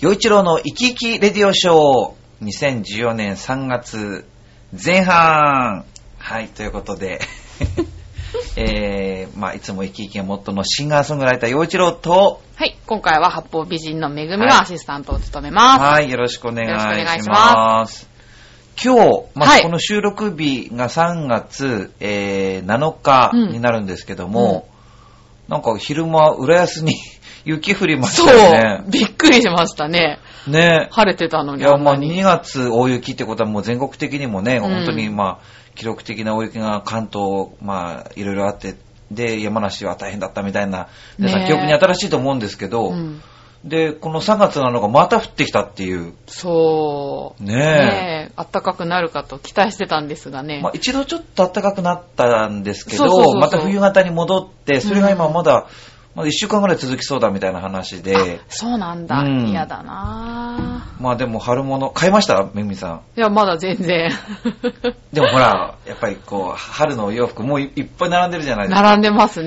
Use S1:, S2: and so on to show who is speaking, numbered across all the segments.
S1: 洋一郎の生き生きレディオショー、2014年3月前半。はい、ということで、 えー、まあ、いつも生き生きがモットーのシンガーソングライター洋一郎と、
S2: はい、今回は八方美人のめぐみ
S1: はい
S2: がアシスタントを務めます。
S1: はい、よろしくお願いし
S2: よろしくお願
S1: ま
S2: い
S1: す。
S2: しま
S1: 今日、まあ
S2: はい
S1: この収録日が3月、えー7日になるんですけども、なんか昼間、浦安に 雪降りまし
S2: そう
S1: たよ、ね。
S2: びっくりしましたね。
S1: ね。
S2: 晴れてたの
S1: い
S2: に。
S1: や、まあ
S2: あんなに
S1: 2月大雪ってことはもう全国的にもね、
S2: うん
S1: 本当にまあ記録的な大雪が関東、まあいろいろあって、で、山梨は大変だったみたいな、皆さん
S2: ね
S1: 記憶に新しいと思うんですけど、
S2: うん
S1: で、この3月なのがまた降ってきたっていう。
S2: そう。
S1: ねえ
S2: ねえ、暖かくなるかと期待してたんですがね。
S1: まあ、一度ちょっと暖かくなったんですけど、
S2: そうそうそうそう
S1: また冬型に戻って、それが今まだ、まだ1週間ぐらい続きそうだみたいな話で、
S2: そうなんだ。
S1: うん
S2: 嫌だなぁ
S1: まあでも春物、買いましためぐみさん。
S2: いや、まだ全然。
S1: でもほら、やっぱりこう、春のお洋服もういいっぱい並んでるじゃないですか。
S2: 並んでます
S1: なん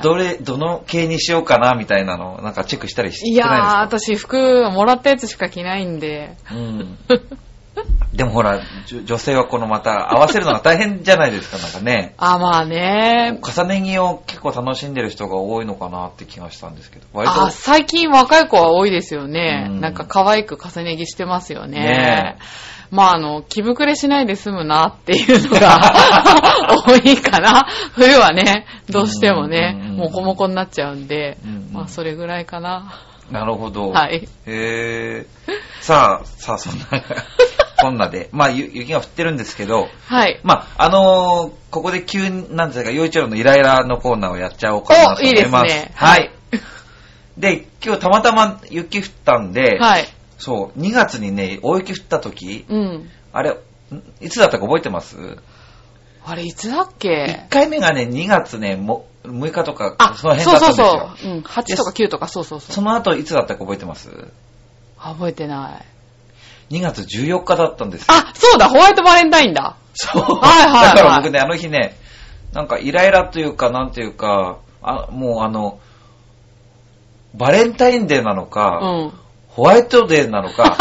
S1: か。どれ、どの系にしようかなみたいなの、なんかチェックしたりし
S2: い
S1: して
S2: や
S1: ない
S2: ー、
S1: ですか
S2: 私服もらったやつしか着ないんで。
S1: うん。でもほら、じょ女性はこのまた合わせるのが大変じゃないですか、なんかね。
S2: あ、まあね。
S1: 重ね着を結構楽しんでる人が多いのかなって気がしたんですけど、割と
S2: あ、最近若い子は多いですよね。
S1: うん
S2: なんか可愛く重ね着してますよね。
S1: ね
S2: まああの、気膨れしないで済むなっていうの が多いかな。冬はね、どうして
S1: う
S2: も
S1: んうん
S2: ね
S1: う、ん
S2: もうこもこになっちゃうんで、
S1: うんうん
S2: まあそれぐらいかな。
S1: なるほど。
S2: はい。
S1: へー。さあ、さあ、そん な、そんなで。まあ、ゆ雪が降ってるんですけど、
S2: はい。
S1: まあ、あのーここで急に、なんですか、洋一郎のイライラのコーナーをやっちゃおうかなと
S2: おいい
S1: 思
S2: で
S1: い
S2: す
S1: ます。
S2: ね。
S1: はい。。で、今日たまたま雪降ったんで、
S2: はい。
S1: そう、2月にね、大雪降った時、
S2: うん。
S1: あれ、んいつだったか覚えてます、
S2: あれ、いつだっけ
S1: ?1 回目がね、2月ね、も6日とか、
S2: あ、
S1: そ
S2: そう
S1: の辺だった
S2: そうん
S1: ですよ。
S2: そう。うん。8とか9とか、そうそうそ。
S1: そうの後、いつだったか覚えてます
S2: あ覚えてない。
S1: ?2 月14日だったんですよ
S2: あ、そうだ、ホワイトバレンタインだ。
S1: そう。
S2: はいはいはい
S1: だから僕ね、あの日ね、なんかイライラというか、なんていうか、あもうあの、バレンタインデーなの
S2: う
S1: か、
S2: ん。
S1: ホワイトデーなのか、は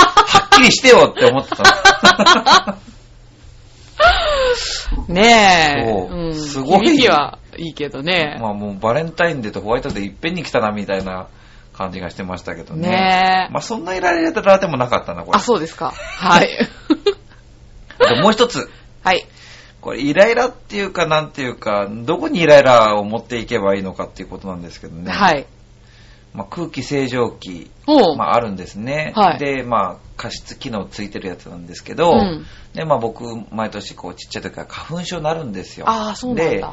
S1: っきりしてよって思ってた
S2: ねえ。、
S1: そうんすごい
S2: 響きはいいけどね。
S1: の。まあもうバレンタインデーとホワイトデーいっぺんに来たなみたいな感じがしてましたけどね。
S2: ねえ
S1: まあそんなイライラでもなかったな、これ。
S2: あ、そうですか。はい。
S1: あともう一つ。
S2: はい。
S1: これイライラっていうかなんていうか、どこにイライラを持っていけばいいのかっていうことなんですけどね。
S2: はい。
S1: まあ空気清浄機
S2: おう。
S1: まあ、あるんですね、
S2: はい
S1: で、まあ、加湿機能ついてるやつなんですけど、
S2: うん
S1: でまあ、僕、毎年こうちっちゃい時から花粉症になるんですよ。
S2: あーそうなんだ
S1: で、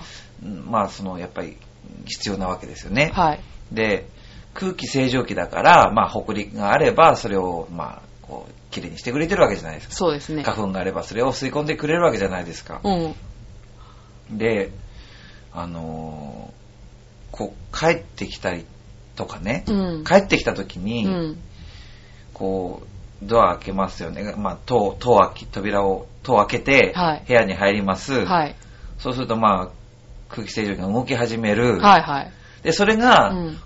S1: うんまあ、そのやっぱり必要なわけですよね。
S2: はい。
S1: で、空気清浄機だから、まあ、北陸があれば、それを、まあ、こう、きれいにしてくれてるわけじゃないですか。
S2: そうですね。
S1: 花粉があれば、それを吸い込んでくれるわけじゃないですか。
S2: うん。
S1: で、あのーこう、帰ってきたりとかね、
S2: うん。
S1: 帰ってきた時に、
S2: うん。
S1: こう、ドア開けますよね。まあ、戸、戸を開き、扉を、戸を開けて
S2: はい、
S1: 部屋に入ります。
S2: はい。
S1: そうすると、まあ、空気清浄機が動き始める。
S2: はいはい。
S1: で、それ
S2: う
S1: が、
S2: ん。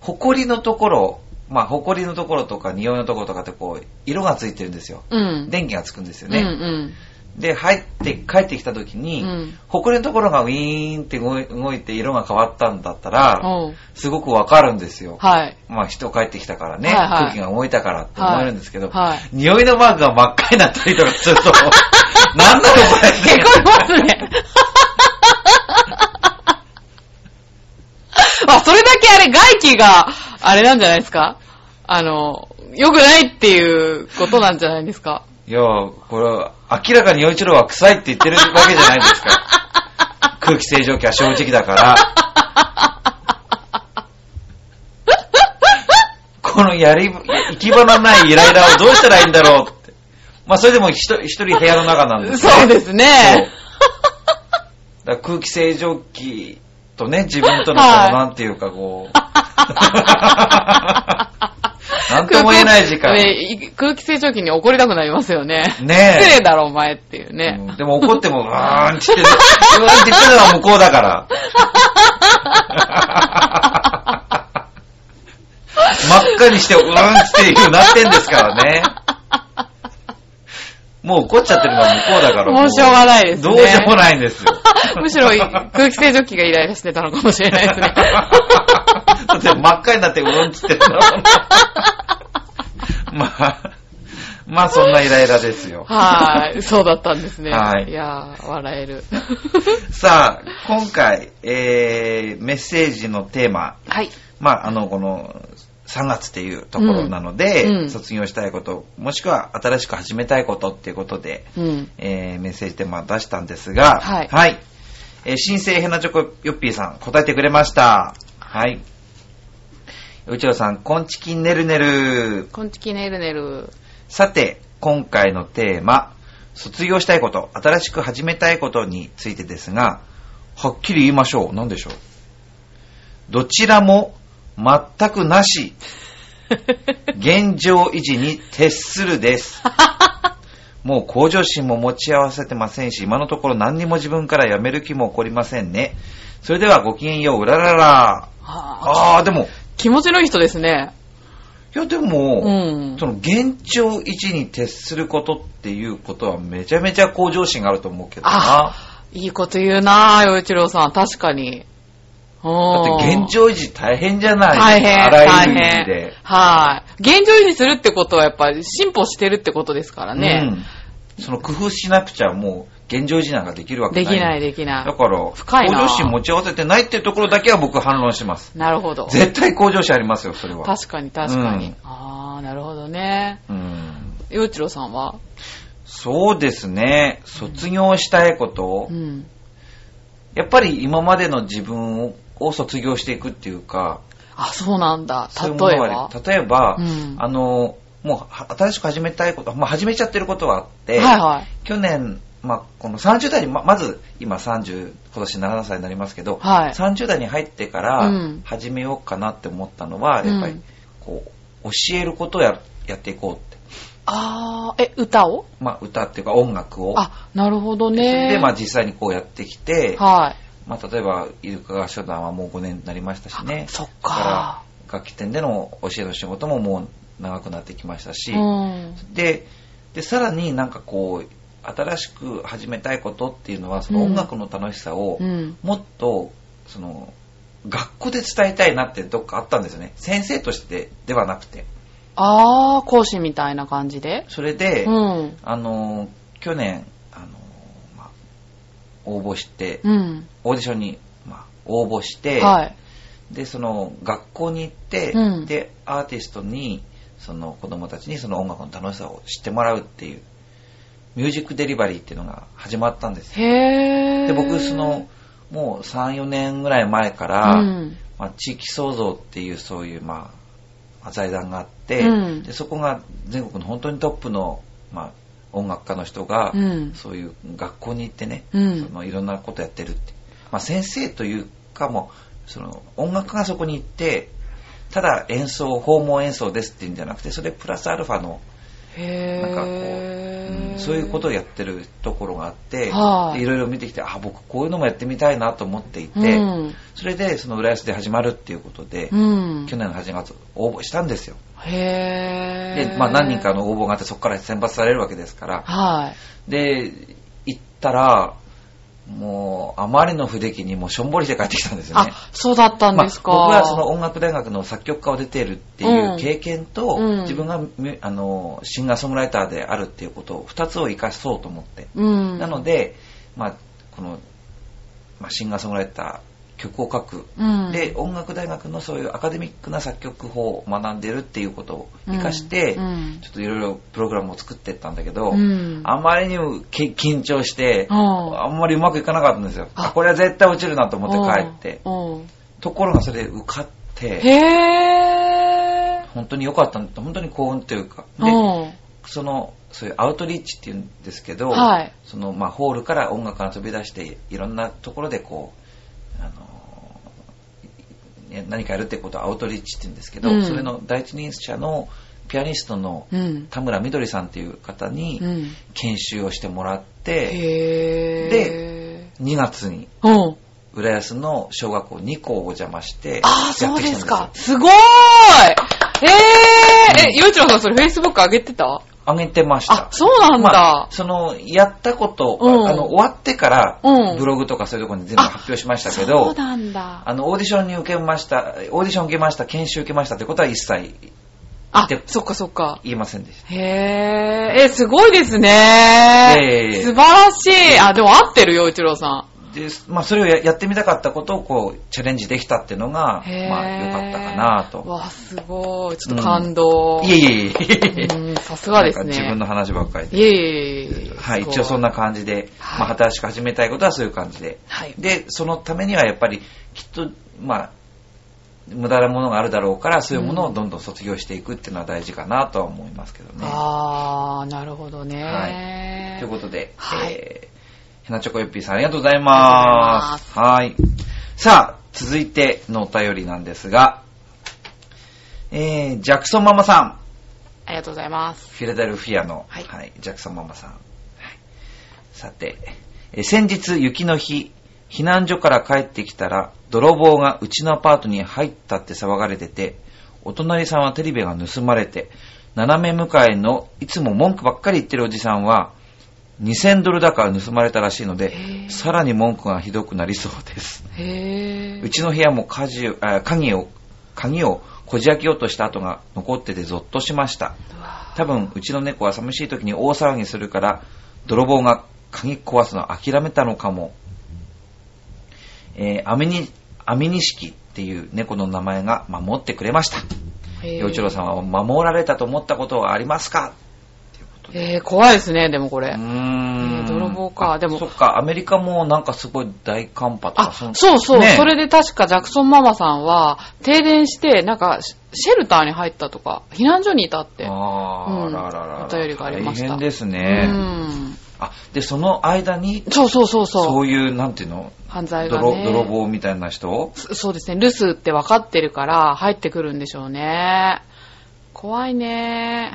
S1: 埃のところ、まあ、埃のところとか、匂いのところとかって、こう、色がついてるんですよ。
S2: うん。
S1: 電気がつくんですよ
S2: うん
S1: ね。で、入って、帰ってきた時
S2: うん。
S1: に
S2: う、ん。
S1: 埃のところがウィーンって動い動いて色が変わったんだったら、
S2: おう。
S1: すごくわかるんですよ。
S2: はい。
S1: まあ人帰ってきたからね、
S2: はいはい
S1: 空気が動いたからって思えるんですけど、
S2: はいはい
S1: 匂いのマークが真っ赤になったりとかする と、なんだろうこれ
S2: 結構いますね。 あ、それだけあれ、外気が、あれなんじゃないですかあの、良くないっていうことなんじゃないですか
S1: いや、これは明らかに洋一郎は臭いって言ってるわけじゃないですか。 空気清浄機は正直だから。このやり、行き場のないイライラをどうしたらいいんだろうって。まあそれでも一人一人部屋の中なんですけど
S2: そうですね。
S1: そうだから空気清浄機とね、自分とのこの、
S2: はい
S1: なんていうかこう、なんとも言えない時間。ね
S2: 空気ねい空気清浄機に怒りたくなりますよね。失
S1: え
S2: 礼だろ、お前っていうね。
S1: うんでも怒って も、うーんって言って、うーんって言ってるのは向こうだから。真っかにして、うーんっていうなってんですからね。もう怒っちゃってるのは向こうだから。
S2: もうしょうがないです
S1: ど
S2: ね
S1: うしようもないんですよ。
S2: むしろ空気清浄機がイライラしてたのかもしれな いですね。
S1: だって真っ赤になってうーんっつってたもん まあ、まあそんなイライラですよ。
S2: はい、そうだったんですね。
S1: はい
S2: いやー、笑える。
S1: さあ、今回、えー、メッセージのテーマ、
S2: はい。
S1: まあ、あの、この、3月っていうところなので、
S2: うんうん
S1: 卒業したいこと、もしくは新しく始めたいことっていうことで、
S2: うん。
S1: えーメッセージテーマを出したんですが、
S2: はい
S1: えー新生ヘナチョコヨッピーさん、答えてくれました。はい。うちろさん、こんちきねるねる。
S2: こんちきねるね る。
S1: さて、今回のテーマ、卒業したいこと、新しく始めたいことについてですが、はっきり言いましょう。何でしょう。どちらも全くなし、現状維持に徹するです。もう向上心も持ち合わせてませんし、今のところ何にも自分からやめる気も起こりませんね。それではごきげんよう、うららら。
S2: はあ
S1: あー、でも、
S2: 気持ちのいい人ですね。
S1: いやで
S2: う
S1: も、
S2: ん。
S1: その現状維持に徹することっていうことはめちゃめちゃ向上心があると思うけどな。
S2: いいこと言うなぁ、洋一郎さん。確かに。
S1: だ
S2: だ
S1: って現状維持大変じゃない。
S2: 大変、
S1: あら
S2: 大
S1: ゆる意味
S2: 変
S1: で。。
S2: はい。現状維持するってことはやっぱり進歩してるってことですからね。
S1: うん。その工夫しなくちゃもう現状維持なんかできるわけ
S2: で
S1: ない。
S2: きない、
S1: い。
S2: できな
S1: だ
S2: い。
S1: から、
S2: 深い
S1: 向
S2: な
S1: 上心持ち合わせてないっていうところだけは僕反論します。
S2: なるほど。
S1: 絶対向上心ありますよ、それは。
S2: 確かに、確か
S1: う
S2: に
S1: ん。
S2: あー、なるほどね。
S1: うん。
S2: 洋一郎さんは
S1: そうですね。卒業したいこと、
S2: うん。
S1: やっぱり今までの自分をを卒業していくっていうか、
S2: あ、そうなんだ。
S1: そうい
S2: 例え
S1: うものが
S2: ば
S1: あ。る例えば、
S2: うん
S1: あの、もうは新しく始めたいこと、まあ、始めちゃってることはあって、
S2: はいはい。
S1: 去年、まあ、この30代に、ままず今30、今年7歳になりますけど、
S2: はい
S1: 30代に入ってか
S2: う
S1: ら
S2: ん
S1: 始めようかなって思ったのは、やっぱ
S2: う
S1: り
S2: ん
S1: こう教えることをややっていこうって、
S2: あー、え、歌を
S1: まあ、歌っていうか音楽を。
S2: あ、なるほど
S1: それ
S2: ね。
S1: で、まあ、実際にこうやってきて、
S2: はい。
S1: まあ、例えば、イルカ合唱団はもう5年になりましたしね。
S2: そっ
S1: だ
S2: か。
S1: ら楽器店での教えの仕事ももう長くなってきましたし、
S2: うん。
S1: ででさらになんかこう新しく始めたいことっていうのはその
S2: うん
S1: 音楽の楽しさを
S2: うん。
S1: もっとその学校で伝えたいなってどっかあったんですよね先生としてではなくて
S2: あー、講師みたいな感じで。
S1: それで、
S2: うん。
S1: あの去年あの、まあ、応募して
S2: うん。
S1: オーディションに、まあ、応募して、
S2: はい。
S1: でその学校に行って、
S2: うん
S1: でアーティストにその子供たちにその音楽の楽しさを知ってもらうっていうミュージックデリバリーっていうのが始まったんですよ
S2: へー。
S1: で僕そのもう34年ぐらい前から、
S2: うん、
S1: まあ、地域創造っていうそういう、まあまあ、財団があって、
S2: うん
S1: でそこが全国の本当にトップの、まあ、音楽家の人が、
S2: うん
S1: そういう学校に行ってね、
S2: うん
S1: そのいろんなことやってるって、まあ、先生というかもうその音楽家がそこに行ってただ演奏訪問演奏ですっていうんじゃなくてそれプラスアルファの、
S2: へー。
S1: なんかこううんそういうことをやってるところがあって、
S2: はい
S1: でいろいろ見てきてあ僕こういうのもやってみたいなと思っていて、
S2: うん。
S1: それでその浦安で始まるっていうことで、
S2: うん
S1: 去。年の8月応募したんですよ。
S2: へー。
S1: で、まあ何人か。の応募があってそこから選抜されるわけですから。
S2: はい。
S1: で、行ったら、もうあまりの不出来にもうしょんぼりして帰ってきたんですよね。
S2: あ、そうだったん
S1: まあ
S2: で、す
S1: 僕
S2: か。
S1: はその音楽大学の作曲家を出ているっていううん経験と、
S2: うん
S1: 自分がミュあのシンガーソングライターであるっていうことを2つを活かそうと思って、
S2: うん。
S1: なので、まあ、この、まあ、シンガーソングライター曲を書く
S2: うん、
S1: で音楽大学のそういうアカデミックな作曲法を学んでるっていうことを活かして、
S2: うん
S1: ちょっといろいろプログラムを作っていったんだけど、
S2: うん
S1: あまりにもけ緊張して、
S2: うん
S1: あんまりうまくいかなかったんですよ。
S2: あ
S1: あこれは絶対落ちるなと思って帰って。
S2: うんうん
S1: ところがそれで受かって、
S2: へ
S1: 本当に良かったんだ本当に幸運というか。
S2: ー。
S1: で、
S2: うん
S1: その、そういうアウトリーチっていうんですけど、
S2: はい
S1: その、まあ、ホールから音楽が飛び出して、いろんなところでこう、あのー、ね何かやるってことをアウトリーチって言うんですけど、
S2: うん
S1: それの第一人者のピアニストの
S2: うん。
S1: 田村みどりさんっていう方に
S2: うん。
S1: 研修をしてもらって、
S2: へー。
S1: で、2月に
S2: うん。
S1: 浦安の小学校2校をお邪魔して、
S2: ああ、
S1: や
S2: そ
S1: っ
S2: う
S1: てき
S2: で
S1: たん
S2: す
S1: よ
S2: か。すごーいえー、え、ゆうちろさんそれ Facebook 上げてた
S1: あげてまし
S2: あ
S1: た、。
S2: そうなん
S1: まあ
S2: だ。
S1: その、やったこと、
S2: うん
S1: あの、終わってから、
S2: うん
S1: ブログとかそういうところに全部発表しましたけど、
S2: そうなんだ。
S1: あの、オーディションに受けました、オーディション受けました、研修受けましたってことは一切
S2: あ
S1: で、
S2: そっかそっか。
S1: 言いませんでした。
S2: へえ、え、すごいですね。
S1: ええ
S2: 素晴らしい。あ、でも合ってるよ、一郎さ
S1: で、まあ、それをややってみたかったことを、こう、チャレンジできたっていうのが、ま
S2: ん。へえ。
S1: あ、良かったかなと。
S2: わ、すごい。ちょっと感動。
S1: いえいえいえ。
S2: うんさすがです
S1: なん
S2: ね。
S1: か自分の話ばっかりで。
S2: いえいえいええ。
S1: はい、
S2: すご
S1: 一応そん。な感じで、
S2: はい
S1: まあ、新しく始めたいことはそういう感じで。
S2: はい。
S1: で、そのためにはやっぱり、きっと、まあ、無駄なものがあるだろうから、そういうものをどんどん卒業していくっていうのは大事かなとは思いますけどね。
S2: あー、なるほどね。
S1: はということで、
S2: はい
S1: えー、へなちょこよっぴーさんありがとうございます。はい。さあ、続いてのお便りなんですが、えー、ジャクソンママさん。
S2: ありがとうございます。
S1: フィラデルフィアの、
S2: はい
S1: ジャクソンママさん。はいさて、え先日雪の日、避難所から帰ってきたら、泥棒がうちのアパートに入ったって騒がれてて、お隣さんはテレビが盗まれて、斜め向かいのいつも文句ばっかり言ってるおじさんは、2000ドルだから盗まれたらしいの
S2: へ
S1: で、
S2: ー
S1: さらに文句がひどくなりそうです。
S2: へー。
S1: うちの部屋も火事をあ鍵を、鍵をこじ開けようとした跡が残っててゾッとしました。
S2: うわ
S1: 多分うちの猫は寂しい時に大騒ぎするから泥棒が鍵壊すの諦めたのかも、えー、アミニアミニシキっていう猫の名前が守ってくれました
S2: へー
S1: 陽一郎さんは守られたと思ったことはありますかということで
S2: えー、怖いですね、でもこ
S1: う
S2: れ。
S1: ー
S2: え
S1: ん
S2: ー泥棒か
S1: あ
S2: でも
S1: そっかアメリカもなんかすごい大寒波とか
S2: あ、そうそう、
S1: ね
S2: それで確かジャクソンママさんは、停電して、なんか、シシェルターに入ったとか、避難所にいたって。
S1: あー
S2: うん
S1: あらららら
S2: お便りがありました
S1: 大変です
S2: う
S1: ね、
S2: ん。
S1: あでその間に
S2: そうそうそうそう。
S1: そういうなんていうの
S2: 犯罪が
S1: 泥
S2: ね。
S1: 泥棒みたいな人
S2: そそうですね。留守って分かってるから、入ってくるんでしょうね。怖いね。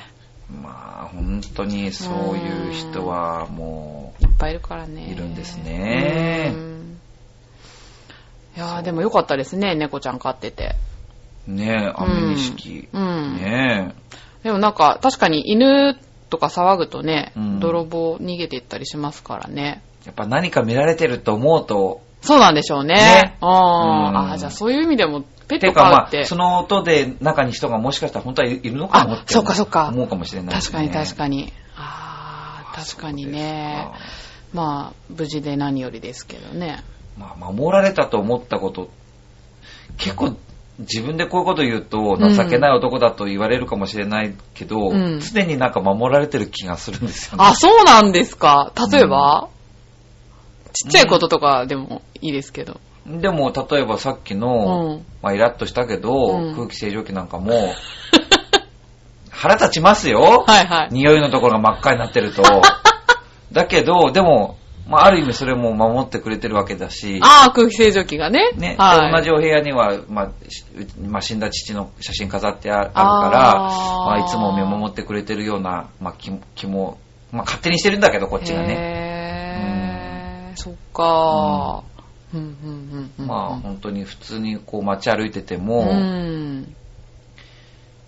S1: まあ本当にそういう人はもう
S2: いっぱいいるからね。
S1: いるんですね
S2: うんいやーでもよかったですね、猫ちゃん飼ってて。
S1: ねえアメニシキ
S2: うん。
S1: ね
S2: でもなんか、確かに犬とか騒ぐとね、
S1: うん
S2: 泥棒逃げていったりしますからね。
S1: えやっぱ何か見られてると思うと
S2: そうなんでしょうね。
S1: ね
S2: うんあ
S1: う
S2: ー
S1: ん
S2: じゃあそういう意味でも、ペッ
S1: て
S2: ト
S1: か
S2: 飼う
S1: ま
S2: って。
S1: あその音で中に人がもしかしたら本当はいるのかも
S2: あ
S1: って
S2: そっかそっか
S1: 思うかもしれない
S2: 確かに確
S1: に
S2: かに。ああ、確かにね。まあ、無事で何よりですけどね。
S1: まあ守られたと思ったこと結構自分でこういうこと言うと情けない男だと言われるかもしれないけど、
S2: うん
S1: 常になんか守られてる気がするんですよね。
S2: あ、そうなんですか。例えば、ちっちゃいこととかでもいいですけど。
S1: でも、例えばさっきの、
S2: うん
S1: まあ、イラッとしたけど、
S2: うん
S1: 空気清浄機なんかも、 腹立ちますよ、
S2: はいはい。
S1: 匂いのところが真っ赤になって ると。だけど、でも、まあ、ある意味それも守ってくれてるわけだし、
S2: ああ、空気清浄機がね。
S1: ね、
S2: はい、
S1: で同じお部屋には、まあしまあ、死んだ父の写真飾ってああるから、
S2: あー
S1: まあ、いつも見守ってくれてるような、まあ、気も気も、まあ、勝手にしてるんだけど、こっちがね。
S2: ね。へー、そっかー。うん、うん、うんうん。
S1: まあ、本当に普通にこう街歩いてても、
S2: うん。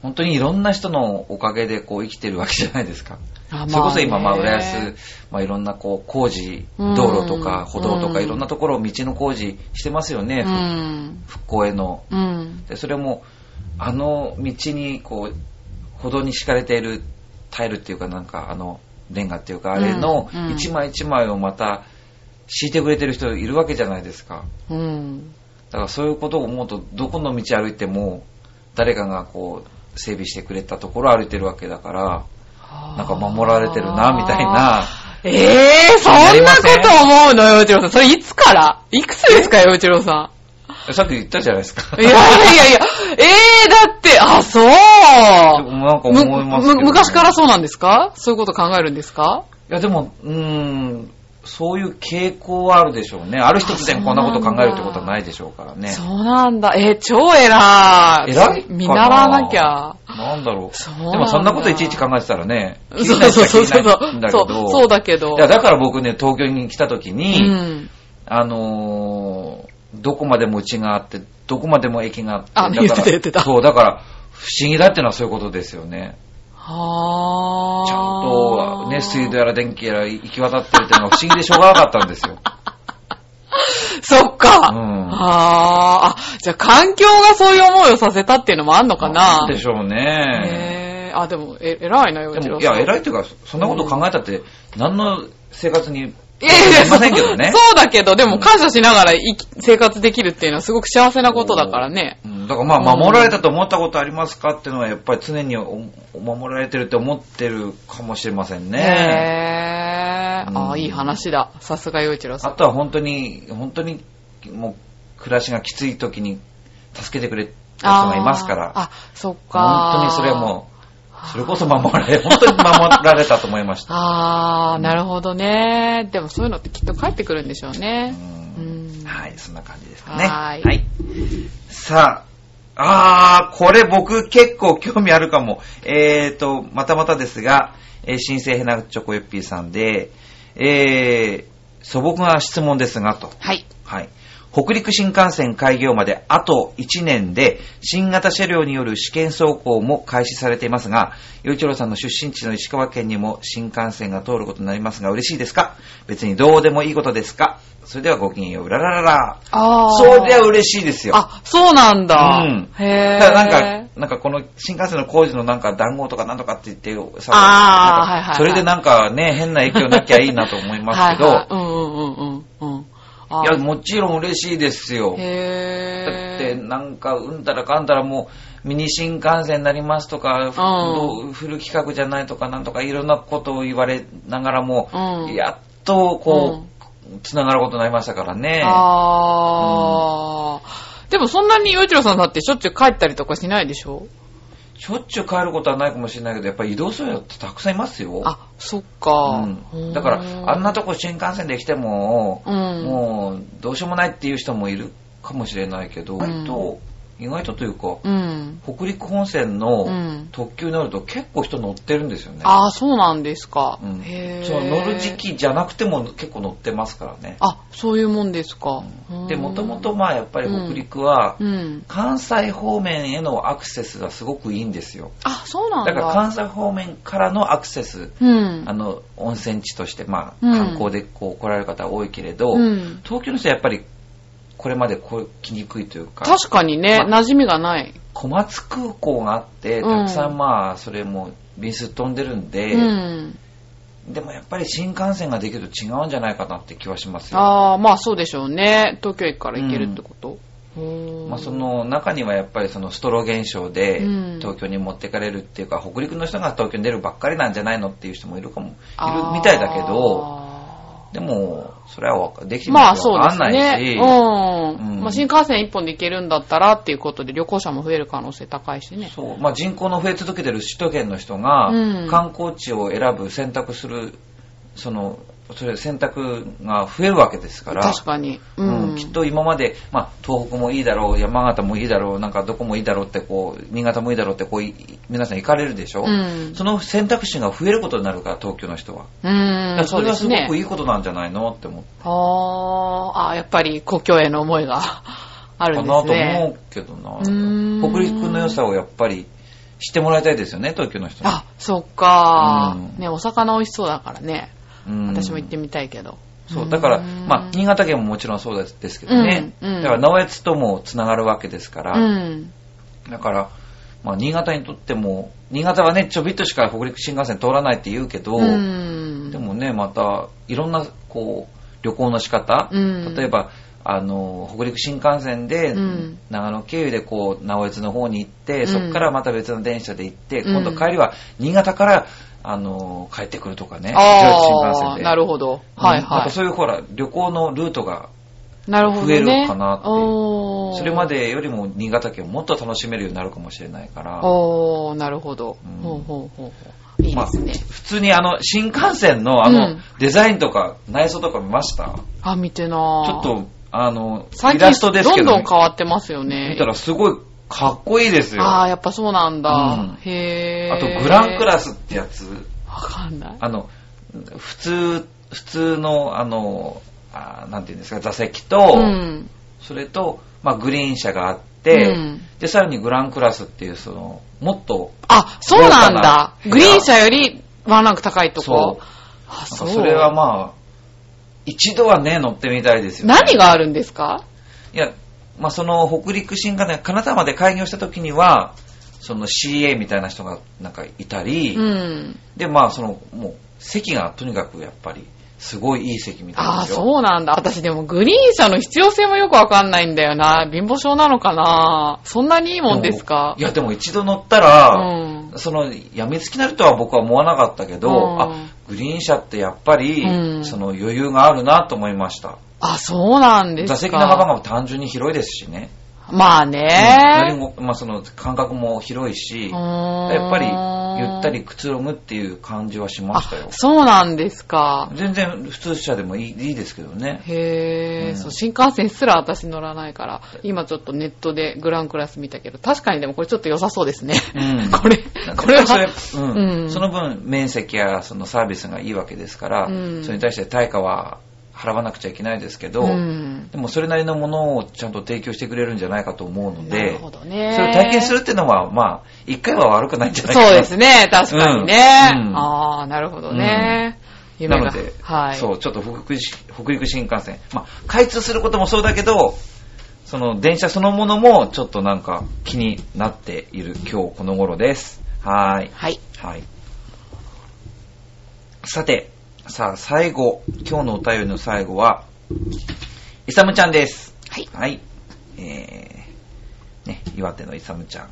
S1: 本当にいろんな人のおかげでこう生きてるわけじゃないですか。
S2: あ
S1: それこそ今、まあ、浦。
S2: ね
S1: 安、まあ、いろんなこう工事、
S2: うん
S1: 道路とか歩道とか
S2: うん
S1: いろんなところを道の工事してますよね、
S2: うん。
S1: 復興への。
S2: うん。
S1: で、それも、あの道にこう、歩道に敷かれているタイルっていうかなんかあの、レンガっていうか、あれの
S2: うんうん
S1: 一枚一枚をまた敷いてくれてる人いるわけじゃないですか。
S2: うん。
S1: だからそういうことを思うと、どこの道歩いても、誰かがこう、整備してくれたところを歩いてるわけだから、なんか守られてるな、みたいな。
S2: ええー、そんなこと思うの、洋一郎さん。それいつからいくつですか、洋一郎さ
S1: さっき言ったじゃないですか。
S2: ん。いやいやいや、ええー、だって、あ、そう
S1: なんか思いますけどね
S2: むむ昔からそうなんですかそういうこと考えるんですか
S1: いや、でも、うーん、そういう傾向はあるでしょうね。ある一つでもこんなこと考えるってことはないでしょうからね。
S2: そうなんだ。えー、超偉
S1: 偉
S2: い。
S1: いかな
S2: 見習わなきゃ。。
S1: なんだろ
S2: そう
S1: う。
S2: なんだ
S1: でもそんなこといちいち考えてたらね、
S2: そう
S1: 気になっち
S2: そ
S1: ゃ
S2: うそう
S1: 気
S2: そう。
S1: になるんだけ
S2: そ
S1: ど。
S2: うそうだけど。
S1: いや、だから僕ね、東京に来た時
S2: う
S1: に、
S2: ん。
S1: あのーどこまでも家があって、どこまでも駅があって。
S2: あ
S1: だから
S2: 言ってた言ってた
S1: そう、だから、不思議だってのはそういうことですよね。
S2: はあ。
S1: ちゃんと、ね、水道やら電気やら行き渡ってるっていうのは不思議でしょうがなかったんですよ。
S2: そっか。
S1: うん
S2: あーあ、じゃあ環境がそういう思いをさせたっていうのもあん のかな。
S1: でしょうね。
S2: へーあ、でも、え、偉いな、よ
S1: で
S2: ちろ
S1: も、いや、偉い
S2: い。
S1: というか、そんなこと考えたって、何の生活に、
S2: いやいや、
S1: ませんけどね。
S2: そうだけど、でも感謝しながら生き、生活できるっていうのはすごく幸せなことだからね。
S1: うんだからまあ、守られたと思ったことありますかっていうのは、やっぱり常におお守られてるって思ってるかもしれませんね。
S2: へーあ
S1: う
S2: ー
S1: ん
S2: いい話だ。さすがよいちろさ
S1: あ
S2: ん。
S1: とは本当に、本当に、もう、暮らしがきつい時に助けてくれた人がいますから
S2: あー、あそっか。
S1: 本当にそれはもう、それこそ守ら れ、本当に守られたと思いました。
S2: ああ、なるほどね。でもそういうのってきっと帰ってくるんで しょうね。
S1: う
S2: うん
S1: んはい、そんな感じですかね。
S2: はーい
S1: さあ、あー、これ僕結構興味あるかも。えーと、またまたですが、えー新生ヘナチョコヨッピーさんで、えー、素朴な質問ですが、と。
S2: はい。
S1: はい。北陸新幹線開業まであと1年で、新型車両による試験走行も開始されていますが、与一郎さんの出身地の石川県にも新幹線が通ることになりますが、嬉しいですか別にどうでもいいことですかそれではごきげんよう、うらららら。
S2: ああ。
S1: そりゃ嬉しいですよ。
S2: あ、そうなんだ。
S1: うん
S2: へえ。
S1: ただなんか、なんかこの新幹線の工事のなんか談合とかなんとかって言ってさ、
S2: あー
S1: なんか
S2: はいはいはい
S1: それでなんかね、変な影響なきゃいいなと思いますけど、
S2: はいはいうんうんうんうんうん。あ
S1: いや、もちろん嬉しいですよ。だって
S2: へえ。
S1: なんかうんたらかんたらもうミニ新幹線になりますとか、
S2: ん
S1: どうフル企画じゃないとかなんとかいろんなことを言われながらも、
S2: うん
S1: やっとこう、つながることになりましたからね。
S2: ああ、でもそんなによいちろさんだってしょっちゅう帰ったりとかしないでしょ
S1: しょっちゅう帰ることはないかもしれないけど、やっぱり移動する人ってたくさんいますよ。
S2: あ、そっか
S1: う。ん、だから、あんなとこ新幹線で来ても、
S2: うん
S1: もうどうしようもないっていう人もいるかもしれないけど、
S2: ん
S1: 割と、意外とというか、
S2: うん。
S1: 北陸本線
S2: う
S1: の
S2: ん。
S1: 特急になると結構人乗ってるんですよね。
S2: ああ、そうなんですか。
S1: うん
S2: へえ。
S1: その乗る時期じゃなくても結構乗ってますからね。
S2: あ、そういうもんですか。
S1: で、もともと、まあやっぱり北陸は、
S2: うん。
S1: 関西方面へのアクセスがすごくいいんですよ。
S2: あ、そうなん
S1: だ
S2: だ。
S1: から関西方面からのアクセス、
S2: うん。
S1: あの、温泉地として、まあ、
S2: うん
S1: 観光でこう来られる方多いけれど、
S2: うん
S1: 東京の人はやっぱり、これまでこう来にくいというか、
S2: 確かにね、
S1: ま
S2: 馴染みがない。
S1: 小松空港があって、
S2: うん
S1: たくさんまあ、それも便数飛んでるんで、
S2: うん。
S1: でもやっぱり新幹線ができると違うんじゃないかなって気はしますよ。
S2: ああ、まあそうでしょうね。東京駅から行けるってこと。
S1: まあ、そ
S2: の、
S1: の中にはやっぱりそのストロー現象で
S2: うん
S1: 東京に持ってかれるっていうか、北陸の人が東京に出るばっかりなんじゃないのっていう人もいるかも、いるみたいだけど、
S2: あ
S1: でも、それはわかできて
S2: ー。
S1: みな
S2: ま
S1: い
S2: あ
S1: と
S2: そう
S1: わ
S2: で
S1: かん
S2: す
S1: ない
S2: ね
S1: し、。
S2: うん。
S1: うん
S2: まあ新幹線一本で行けるんだったらっていうことで旅行者も増える可能性高いしね。
S1: そう、まあ、人口の増え続けてる首都圏の人が
S2: うん
S1: 観光地を選ぶ選択するそのそれ選択が増えるわけですから
S2: 確かに。う
S1: うん
S2: ん。
S1: きっと今まで、まあ、東北もいいだろう山形もいいだろうなんかどこもいいだろうってこう新潟もいいだろうってこうい皆さん行かれるでしょ、
S2: うん
S1: その選択肢が増えることになるから東京の人は、だか
S2: うん。
S1: らそ
S2: そう
S1: れ
S2: で
S1: はす
S2: す
S1: ご
S2: ね
S1: く。いいことなんじゃないのって思って
S2: あーあー、やっぱり故郷への思いが ある
S1: か
S2: んで
S1: な
S2: す
S1: と思
S2: ね。
S1: うけどな、
S2: うん
S1: 北陸の良さをやっぱり知ってもらいたいですよね東京の人に
S2: あ、そっかー、
S1: うん
S2: ね、お魚美味しそうだからね。
S1: うん
S2: 私も行ってみたいけど。
S1: そう、だから、
S2: うん
S1: まあ、新潟県ももちろんそうですですけどね、
S2: うんうん
S1: だから、直江津ともつながるわけですか
S2: う
S1: ら、
S2: ん。
S1: だから、まあ、新潟にとっても、新潟はね、ちょびっとしか北陸新幹線通らないって言うけど、
S2: うん。
S1: でもね、また、いろんな、こう、旅行の仕方、
S2: うん
S1: 例えば、あの、北陸新幹線で、
S2: うん
S1: 長野経由でこう、直江津の方に行って、
S2: うん
S1: そこからまた別の電車で行って、
S2: うん
S1: 今度帰りは、新潟から、あの、帰ってくるとかね、上越新幹
S2: あ
S1: 線
S2: あ、
S1: で。
S2: なるほど。はい
S1: うんなん
S2: は
S1: かそういうほら、旅行のルートが、
S2: い。なるほど、ね。
S1: 増えるかなっていう
S2: おー
S1: それま。でよりも新潟県をもっと楽しめるようになるかもしれないから、
S2: おー、なるほど。
S1: うん
S2: ほうほうほうほう。いいですね。
S1: 普通にあの、新幹線のあ
S2: う
S1: の
S2: ん、
S1: デザインとか内装とか見ました、
S2: あ、見て
S1: ち
S2: なー
S1: ょっ、と、あの、イ
S2: 最
S1: ラストで
S2: 近、
S1: す
S2: ど
S1: け
S2: ん
S1: ど、
S2: どん変わってますよね。
S1: 見たらすごいかっこいいですよ。
S2: あ
S1: あ
S2: あ、やっぱそうなんだ。
S1: うん
S2: へえ。
S1: と、グランクラスってやつ、
S2: わかんない。
S1: あの、普通、普通の、あの、あなんていうんですか、座席と、
S2: うん。
S1: それと、まあ、グリーン車があって、て、
S2: うん
S1: で、さらにグランクラスっていう、その、もっと、
S2: あ、そうなんだ。
S1: 豪華な
S2: グリーン車よりワンランク高いと
S1: そ
S2: こ
S1: う。
S2: あ、
S1: なんか
S2: そう。
S1: それはまあ、一度はね、乗ってみたいですよ、ね。
S2: 何があるんですか
S1: いや、まあ、その、北陸新幹線、金沢で開業した時には、その CA みたいな人がなんかいたり、
S2: うん。
S1: で、まあ、その、もう、席がとにかくやっぱり、すごいいい席みたい
S2: あ
S1: で
S2: あ、
S1: すよ。
S2: そうなんだ。私でもグリーン車の必要性もよくわかんないんだよな。貧乏症なのかな。そんなにいいもんですか
S1: いや、でも一度乗った
S2: う
S1: ら、
S2: ん。
S1: その、やみつきになるとは僕は思わなかったけど、
S2: うん
S1: あ、グリーン車ってやっぱり、
S2: うん
S1: その余裕があるなと思いました。
S2: あ、そうなんですか。
S1: 座席の幅が単純に広いですしね。
S2: まあ
S1: うん何
S2: ね。
S1: も、まあその間隔も広いし、や
S2: や
S1: っぱりゆったりくつろぐっていう感じはしましたよ
S2: あ、。そうなんですか。
S1: 全然普通車でもいいいいですけどね。
S2: へ
S1: う
S2: え、
S1: ん
S2: そう、新幹線すら私乗らないから、今ちょっとネットでグランクラス見たけど、確かにでもこれちょっと良さそうですね。
S1: うん
S2: これ、これは、
S1: それ、
S2: う
S1: うんん、その分面積やそのサービスがいいわけですから、
S2: うん
S1: それに対して対価は払わなくちゃいけないですけど、
S2: うん
S1: でもそれなりのものをちゃんと提供してくれるんじゃないかと思うの
S2: なる
S1: で、
S2: ほど
S1: そ
S2: ね。
S1: れを体験するっていうのは、まあ、一回は悪くないんじゃないかな
S2: そうですね、確かにね。
S1: うんうん
S2: ああ、なるほどね。夢
S1: なの
S2: が
S1: で、
S2: はい。
S1: そう、ちょっと北陸し北陸新幹線、まあ、開通することもそうだけど、その電車そのものもちょっとなんか気になっている今日この頃です。はーい。
S2: はい。
S1: はい。さて、さあ最後、今日のお便りの最後は、イサムちゃんです。
S2: はい。
S1: はい。えー、ね、岩手のイサムちゃん。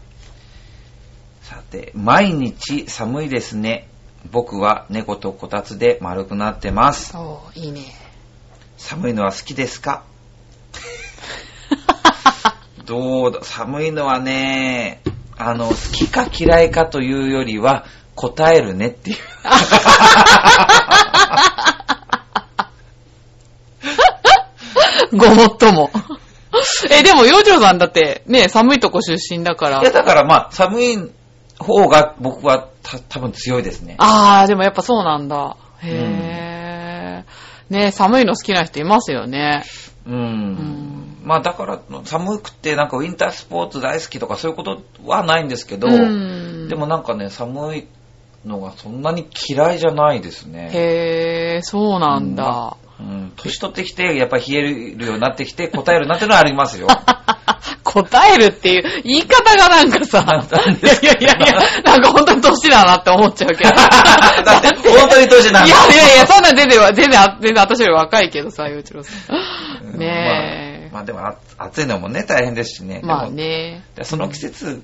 S1: さて、毎日寒いですね。僕は猫とこたつで丸くなってます。
S2: お ーいいね。
S1: 寒いのは好きですかどうだ、寒いのはね、あの、好きか嫌いかというよりは、答えるねっていう。
S2: ごもっとも。え、でも、洋次郎さんだって、ね、寒いとこ出身だから
S1: いや、。だからまあ、寒い方が僕はた多分強いですね。
S2: ああ、でもやっぱそうなんだ。へえ。ね寒いの好きな人いますよね。
S1: うん。まあだから、寒くてなんかウィンタースポーツ大好きとかそういうことはないんですけど、
S2: ん
S1: でもなんかね、寒いのがそんなに嫌いじゃないですね。
S2: へえ、そうなんだ。
S1: うん、年取ってきて、やっぱり冷えるようになってきて、答えるなってのはあります よ。
S2: 答えるっていう言い方がなんかさ、
S1: なん
S2: いやいやいやいや、なんか本当に年だなって思っちゃうけど。
S1: だって、本当に年なん
S2: い
S1: だ。
S2: やいやいや、そんなん全然、全然、全然私より若いけどさ、洋一郎さん。ね
S1: まあ、まあでもあ暑いのもね、大変ですしね。
S2: え。まあ
S1: でも
S2: ね。
S1: でその季節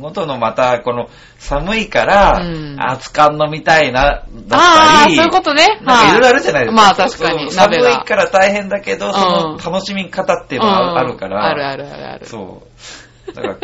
S1: ごとのまた、この寒いから
S2: うん、
S1: 熱燗飲みたいな、だったり、
S2: ああー、そういうことね。
S1: なんかいろいろあ
S2: は
S1: るじゃないですか。
S2: まあ確かに
S1: そう寒
S2: 鍋はい
S1: から大変だけど、その楽しみ方っていうの
S2: う
S1: は
S2: ん
S1: あるから。
S2: あるあるあるある。
S1: そう。だから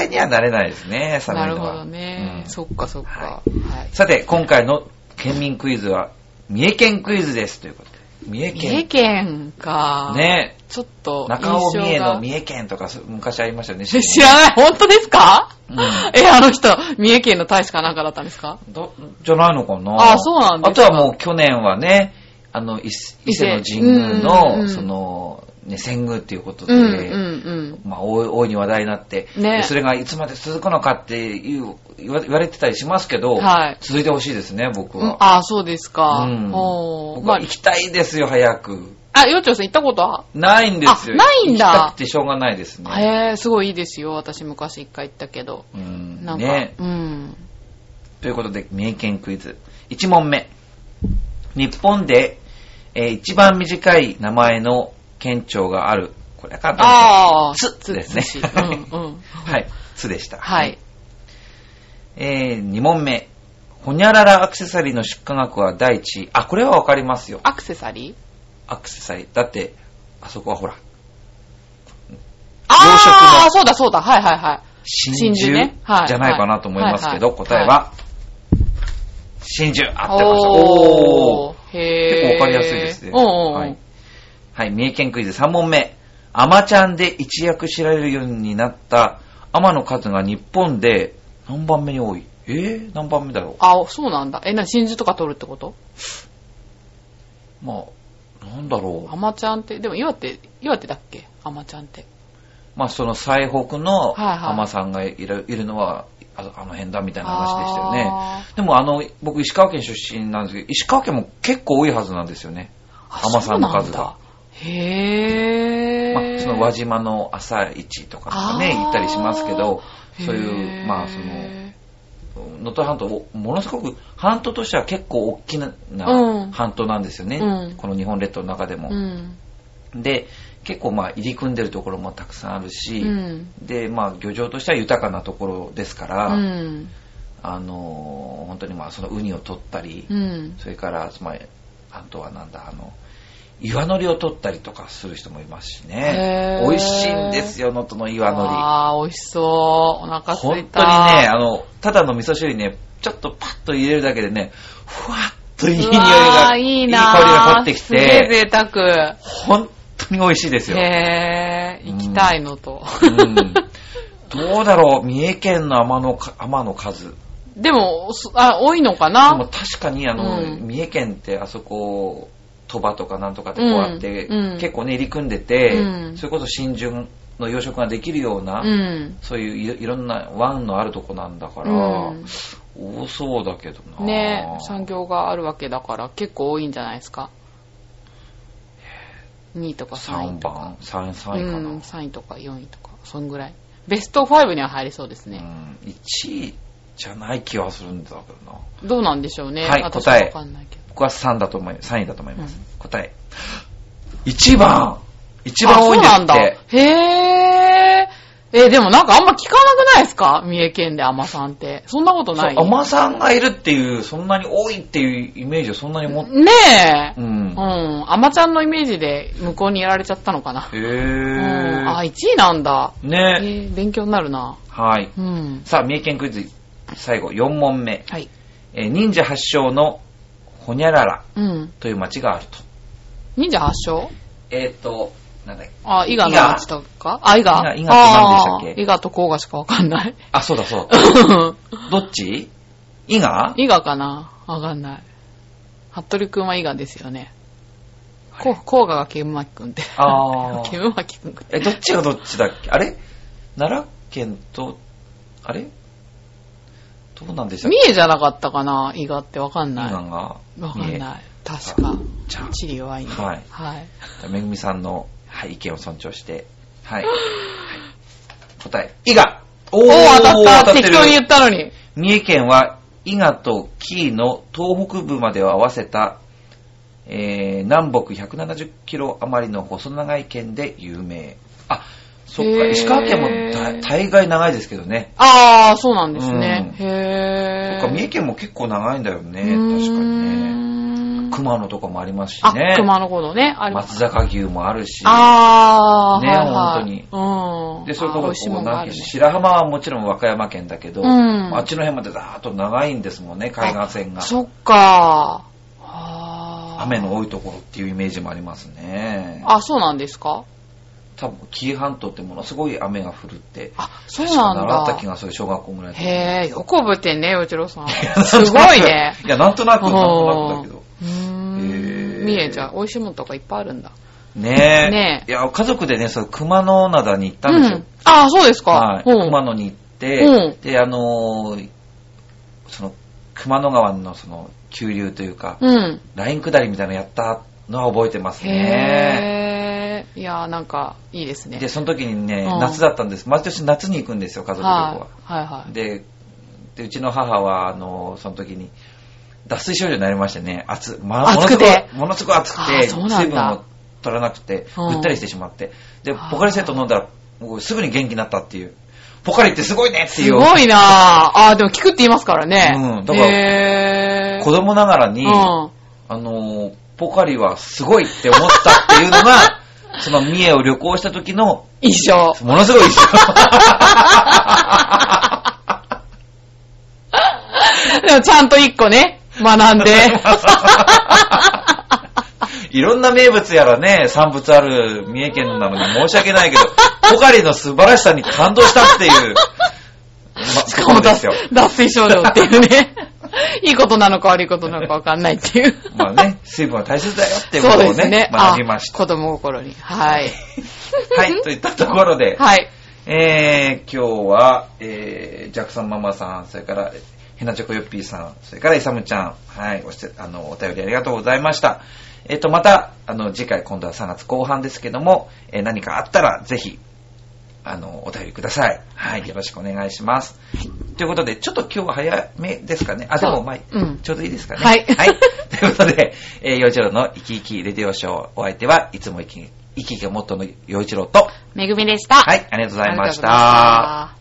S1: 嫌いにはなれないです ね、寒い
S2: なる
S1: の
S2: ほ
S1: は。
S2: どね。
S1: うん
S2: そっかそっか
S1: は。
S2: はい
S1: さて、今回の県民クイズは、三重県クイズですということで。三重
S2: 三重
S1: 県。
S2: 県か。。
S1: ね
S2: ちょっと印象
S1: 中尾
S2: が。
S1: 三重の三重県とかそう昔ありま したよね。
S2: え 知らない本当ですか、
S1: うん
S2: え、あの人、三重県の大使かなんかだったんですか
S1: どじゃないのかな
S2: あそうなんですか
S1: あとはもう去年はね、あの、伊勢伊勢の神宮
S2: うんうんう
S1: の、
S2: ん
S1: その、ね、遷宮っていうことで、
S2: うんうん
S1: まあ、大い大いに話題になって、
S2: ね
S1: でそれがいつまで続くのかっていう言わ言われてたりしますけど、
S2: はい
S1: 続いてほしいですね、僕
S2: うん。うん
S1: は。
S2: あ、そうですか。
S1: うん
S2: ほう。
S1: 僕
S2: ま
S1: は
S2: あ
S1: 行、きたいですよ、早く。
S2: あ、よっちょうさん行ったことは
S1: ないんですよ。
S2: あないんだ
S1: 行きたくてしょうがないですね。
S2: へえ、すごいいいですよ。私昔一回行ったけど。
S1: うん
S2: なんか、
S1: ね。
S2: うん。
S1: ということで、三重県クイズ。1問目。日本で、えー一番短い名前の県庁がある。これは簡単ですね
S2: ああ、
S1: つですね
S2: つうん うん。
S1: はい。つでした。
S2: はい。
S1: えー、2問目。ほにゃららアクセサリーの出荷額は第一位。あ、これはわかりますよ。
S2: アクセサリー
S1: アクセサリー。だって、あそこはほら、
S2: ああ、そうだそうだ。はいはいはい。
S1: 真
S2: 真珠
S1: 珠
S2: ねはい
S1: じゃないかなと思いますけど、
S2: はいはい
S1: 答えは、真珠。合ってます。
S2: お
S1: お
S2: ー
S1: ー。。結
S2: へー
S1: 構わかりやすいですね。
S2: うんうんうん
S1: はい。はい、三重県クイズ3問目。アマちゃんで一躍知られるようになったアマの数が日本で何番目に多いえー、何番目だろう
S2: あ、そうなんだ。え、な、真珠とか取るってこと
S1: まあ、なんだろ
S2: アマちゃんって、でも岩手、岩手だっけアマちゃんって。
S1: う。まあ、その最北の
S2: はいはい
S1: 浜さんがいるいるのは、ああの辺だみたいな話でしたよ
S2: あ
S1: ね。でも、あの、僕、石川県出身なんですけど、石川県も結構多いはずなんですよね。浜さんの数が。
S2: へぇー。
S1: まあ、その輪島の朝市とかとかね、
S2: あー
S1: 行ったりしますけど、そう
S2: へ
S1: い
S2: ー
S1: う、まあ、その、能登半島、おものすごく、半島としては結構大きな
S2: うん
S1: 半島なんですよね。
S2: うん
S1: この日本列島の中でも。
S2: うん。
S1: で、結構まあ入り組んでるところもたくさんあるし、
S2: うん。
S1: で、まあ漁場としては豊かなところですから、
S2: うん。
S1: あのー、本当にまあそのウニを取ったり、
S2: うん。
S1: それから、まあ、あとはなんだ、あの、岩のりを取ったりとかする人もいますしね
S2: へ。ー
S1: 美味しいんですよ、能登の岩のり。
S2: ああ、美味しそう。お腹すいた。
S1: 本当にね、あの、ただの味噌汁にね、ちょっとパッと入れるだけでね、ふわっといい匂い
S2: あ
S1: が、
S2: い
S1: い
S2: い
S1: い
S2: な
S1: 香りが立ってき
S2: すげえ
S1: て、
S2: 贅沢。
S1: 本当に美味しいですよ。
S2: へぇー、行きたいのと。
S1: うんどうだろう三重県の天のか天の数。で
S2: でも、そあ、多いのか
S1: も
S2: な
S1: 確かにあの、
S2: うん
S1: 三重県ってあそこ、鳥羽とかなんとかってこうやって、
S2: うんうん
S1: 結構ね、入り組んでて、
S2: うん
S1: それこそ真珠の養殖ができるような、
S2: うん。
S1: そういういいろんな湾のあるとこなんだから、
S2: うん
S1: 多そうだけどな。
S2: ね産業があるわけだから結構多いんじゃないですか。2位とか3位
S1: 3
S2: とか。
S1: 番、3、3位かな。
S2: うん、3位とか4位とか、そんぐらい。ベスト5には入りそうですね。
S1: 1位じゃない気はするんだけどな。
S2: どうなんでしょうね。
S1: はい
S2: 私
S1: 答え
S2: わかんないけど。
S1: 僕は3だと思い、3位だと思います。
S2: うん
S1: 答え。1番一番多いんですっ
S2: あそうなんだ
S1: て。。
S2: へー。えでもなんかあんま聞かなくないですか三重県で甘さんって。そんなことない
S1: そう甘さんがいるっていう、そんなに多いっていうイメージをそんなに持って、
S2: ねえ。
S1: う。
S2: うんん。甘ちゃんのイメージで向こうにやられちゃったのかな。
S1: へ
S2: うん。あ、
S1: ー。
S2: 1位なんだ。え
S1: ね
S2: ー、勉強になるな。
S1: はい。
S2: うん。
S1: さあ、三重県クイズ、最後、4問目。
S2: はい。
S1: えー忍者発祥のホニャララ
S2: うん。
S1: という町があると。
S2: 忍者発祥
S1: えっ、ー、と、なんだっけ。
S2: あ、伊賀の町とかあ、伊賀
S1: 伊賀伊賀って何でしたっけ
S2: あー伊賀と甲賀しかわか んない。
S1: あ、そうだそうだ。
S2: うん
S1: どっち伊賀
S2: 伊賀かなわかんない。服部くんは伊賀ですよね。
S1: あ
S2: こ
S1: れ
S2: う、甲賀が剣巻くんで。
S1: あ ー
S2: 剣巻くんって。
S1: え、どっちがどっちだっけあれ奈良県と、あれどうなんでしたっ
S2: 三
S1: け
S2: 重じゃなかったかな伊賀ってわかん
S1: 伊
S2: ない。
S1: 賀
S2: わ
S1: が。
S2: かん
S1: 三
S2: ない。確か。
S1: 重。じゃあ
S2: 地理弱いね。
S1: はい
S2: はい。
S1: じゃあ、めぐみさんの、はい、意見を尊重して、はい。はい答え、伊賀おー
S2: おー、当たった
S1: て
S2: 適当に言
S1: る
S2: ったのに。
S1: 三重県は、伊賀と紀伊の東北部までを合わせた、えー、南北170キロ余りの細長い県で有名。あ、そっか、
S2: へー
S1: 石川県も大大概長いですけどね。
S2: あー、そうなんですね。
S1: うそ
S2: へ
S1: っ
S2: ー。
S1: か、三重県も結構長いんだよね。
S2: うー
S1: 確かにね。
S2: ん
S1: 熊野とかもありますしね
S2: あ、。熊のことね。あります
S1: 松坂牛もあるし。
S2: あー、
S1: ね
S2: はいはい
S1: 本
S2: うん。
S1: で、それこ
S2: あー美味しい
S1: そ、こ
S2: も
S1: うん
S2: が
S1: な
S2: あ
S1: ん
S2: る
S1: て
S2: ね。
S1: 白浜はもちろん和歌山県だけど、
S2: うん
S1: あっちの辺までざーっと長いんですもんね、海岸線が。
S2: そっかあー
S1: 雨の多いところっていうイメージもありますね。
S2: あ、そうなんですか
S1: 多分、紀伊半島ってものすごい雨が降るって、
S2: あ、そうなん
S1: 確か習った気
S2: だ。
S1: がする、小学校ぐらいの時
S2: へえ、よく覚えてんね、よち ろさん。すごいね。。
S1: いや、なんとなく、なんとなくだけど。
S2: う
S1: へえ
S2: ーん。三重じゃ、美味しいもんとかいっぱいあるんだ。
S1: ねえ。
S2: ね
S1: いや、家族でね、そう熊野灘に行った
S2: うん
S1: ですよ
S2: ん。。あー、そうです
S1: は
S2: か
S1: い。。
S2: うん。
S1: 熊野に行って、
S2: うん
S1: で、あのーその、熊野川のその、急流というか、
S2: うん。
S1: ライン下りみたいなのやったのは覚えてますね。
S2: へえ。いやー、なんか、いいですね。
S1: で、その時にね、
S2: うん
S1: 夏だったんです。毎年夏に行くんですよ、家族旅行は
S2: は。い。はいはい。
S1: でで、うちの母は、あの、その時に、脱水症状になりましてね、暑、ま
S2: 暑くて
S1: ものすごいものすごい暑く
S2: あー
S1: て、
S2: そうな
S1: 水
S2: ん
S1: 分
S2: だ
S1: を取らなくて、
S2: うん
S1: ぐったりしてしまって。で、
S2: あー
S1: ポカリセット飲んだら、もうすぐに元気になったっていう。ポカリってすごいねってい
S2: す
S1: う。
S2: ごいなぁ。あー、でも聞くって言いますからね。
S1: うんだから
S2: へー。
S1: 子供ながらに、
S2: うん。
S1: あのー、ポカリはすごいって思ったっていうの が、その三重を旅行した時の、
S2: 一緒。
S1: ものすごい印 象
S2: でもちゃんと一個ね、学んで。
S1: いろんな名物やらね、産物ある三重県なのに申し訳ないけど、ポカリの素晴らしさに感動したっていう、ま
S2: しか
S1: そ
S2: も
S1: うで
S2: 脱
S1: すよ。
S2: 脱水症状っていうね。いいことなのか悪いことなのかわかんないっていう。
S1: まあね、水分は大切だよっていうこ
S2: そう
S1: と
S2: で
S1: を
S2: す
S1: ね、
S2: ね。
S1: 学びまし
S2: あ
S1: た。
S2: 子供心に。はい。
S1: はい、といったところで、
S2: はい。
S1: えー、今日は、えー、ジャクソンママさん、それから、ヘナチョコヨッピーさん、それからイサムちゃん、はい、おして、あの、お便りありがとうございました。えっ、と、また、あの、次回、今度は3月後半ですけども、えー何かあったら、ぜひ、あの、お便りください。はい、よろしくお願いします。ということで、ちょっと今日は早めですかね。あ、で
S2: そ
S1: も、
S2: う
S1: まあ、
S2: うん
S1: ちょうどいいですかね。
S2: はい
S1: はい。 ということで、えー、洋一郎の生き生きレディオショー、お相手はいつも生き生き生きがモットーの洋一郎と、
S2: めぐみでした。
S1: はい、ありがとうございまし
S2: ありがとうござい
S1: た
S2: ま。した。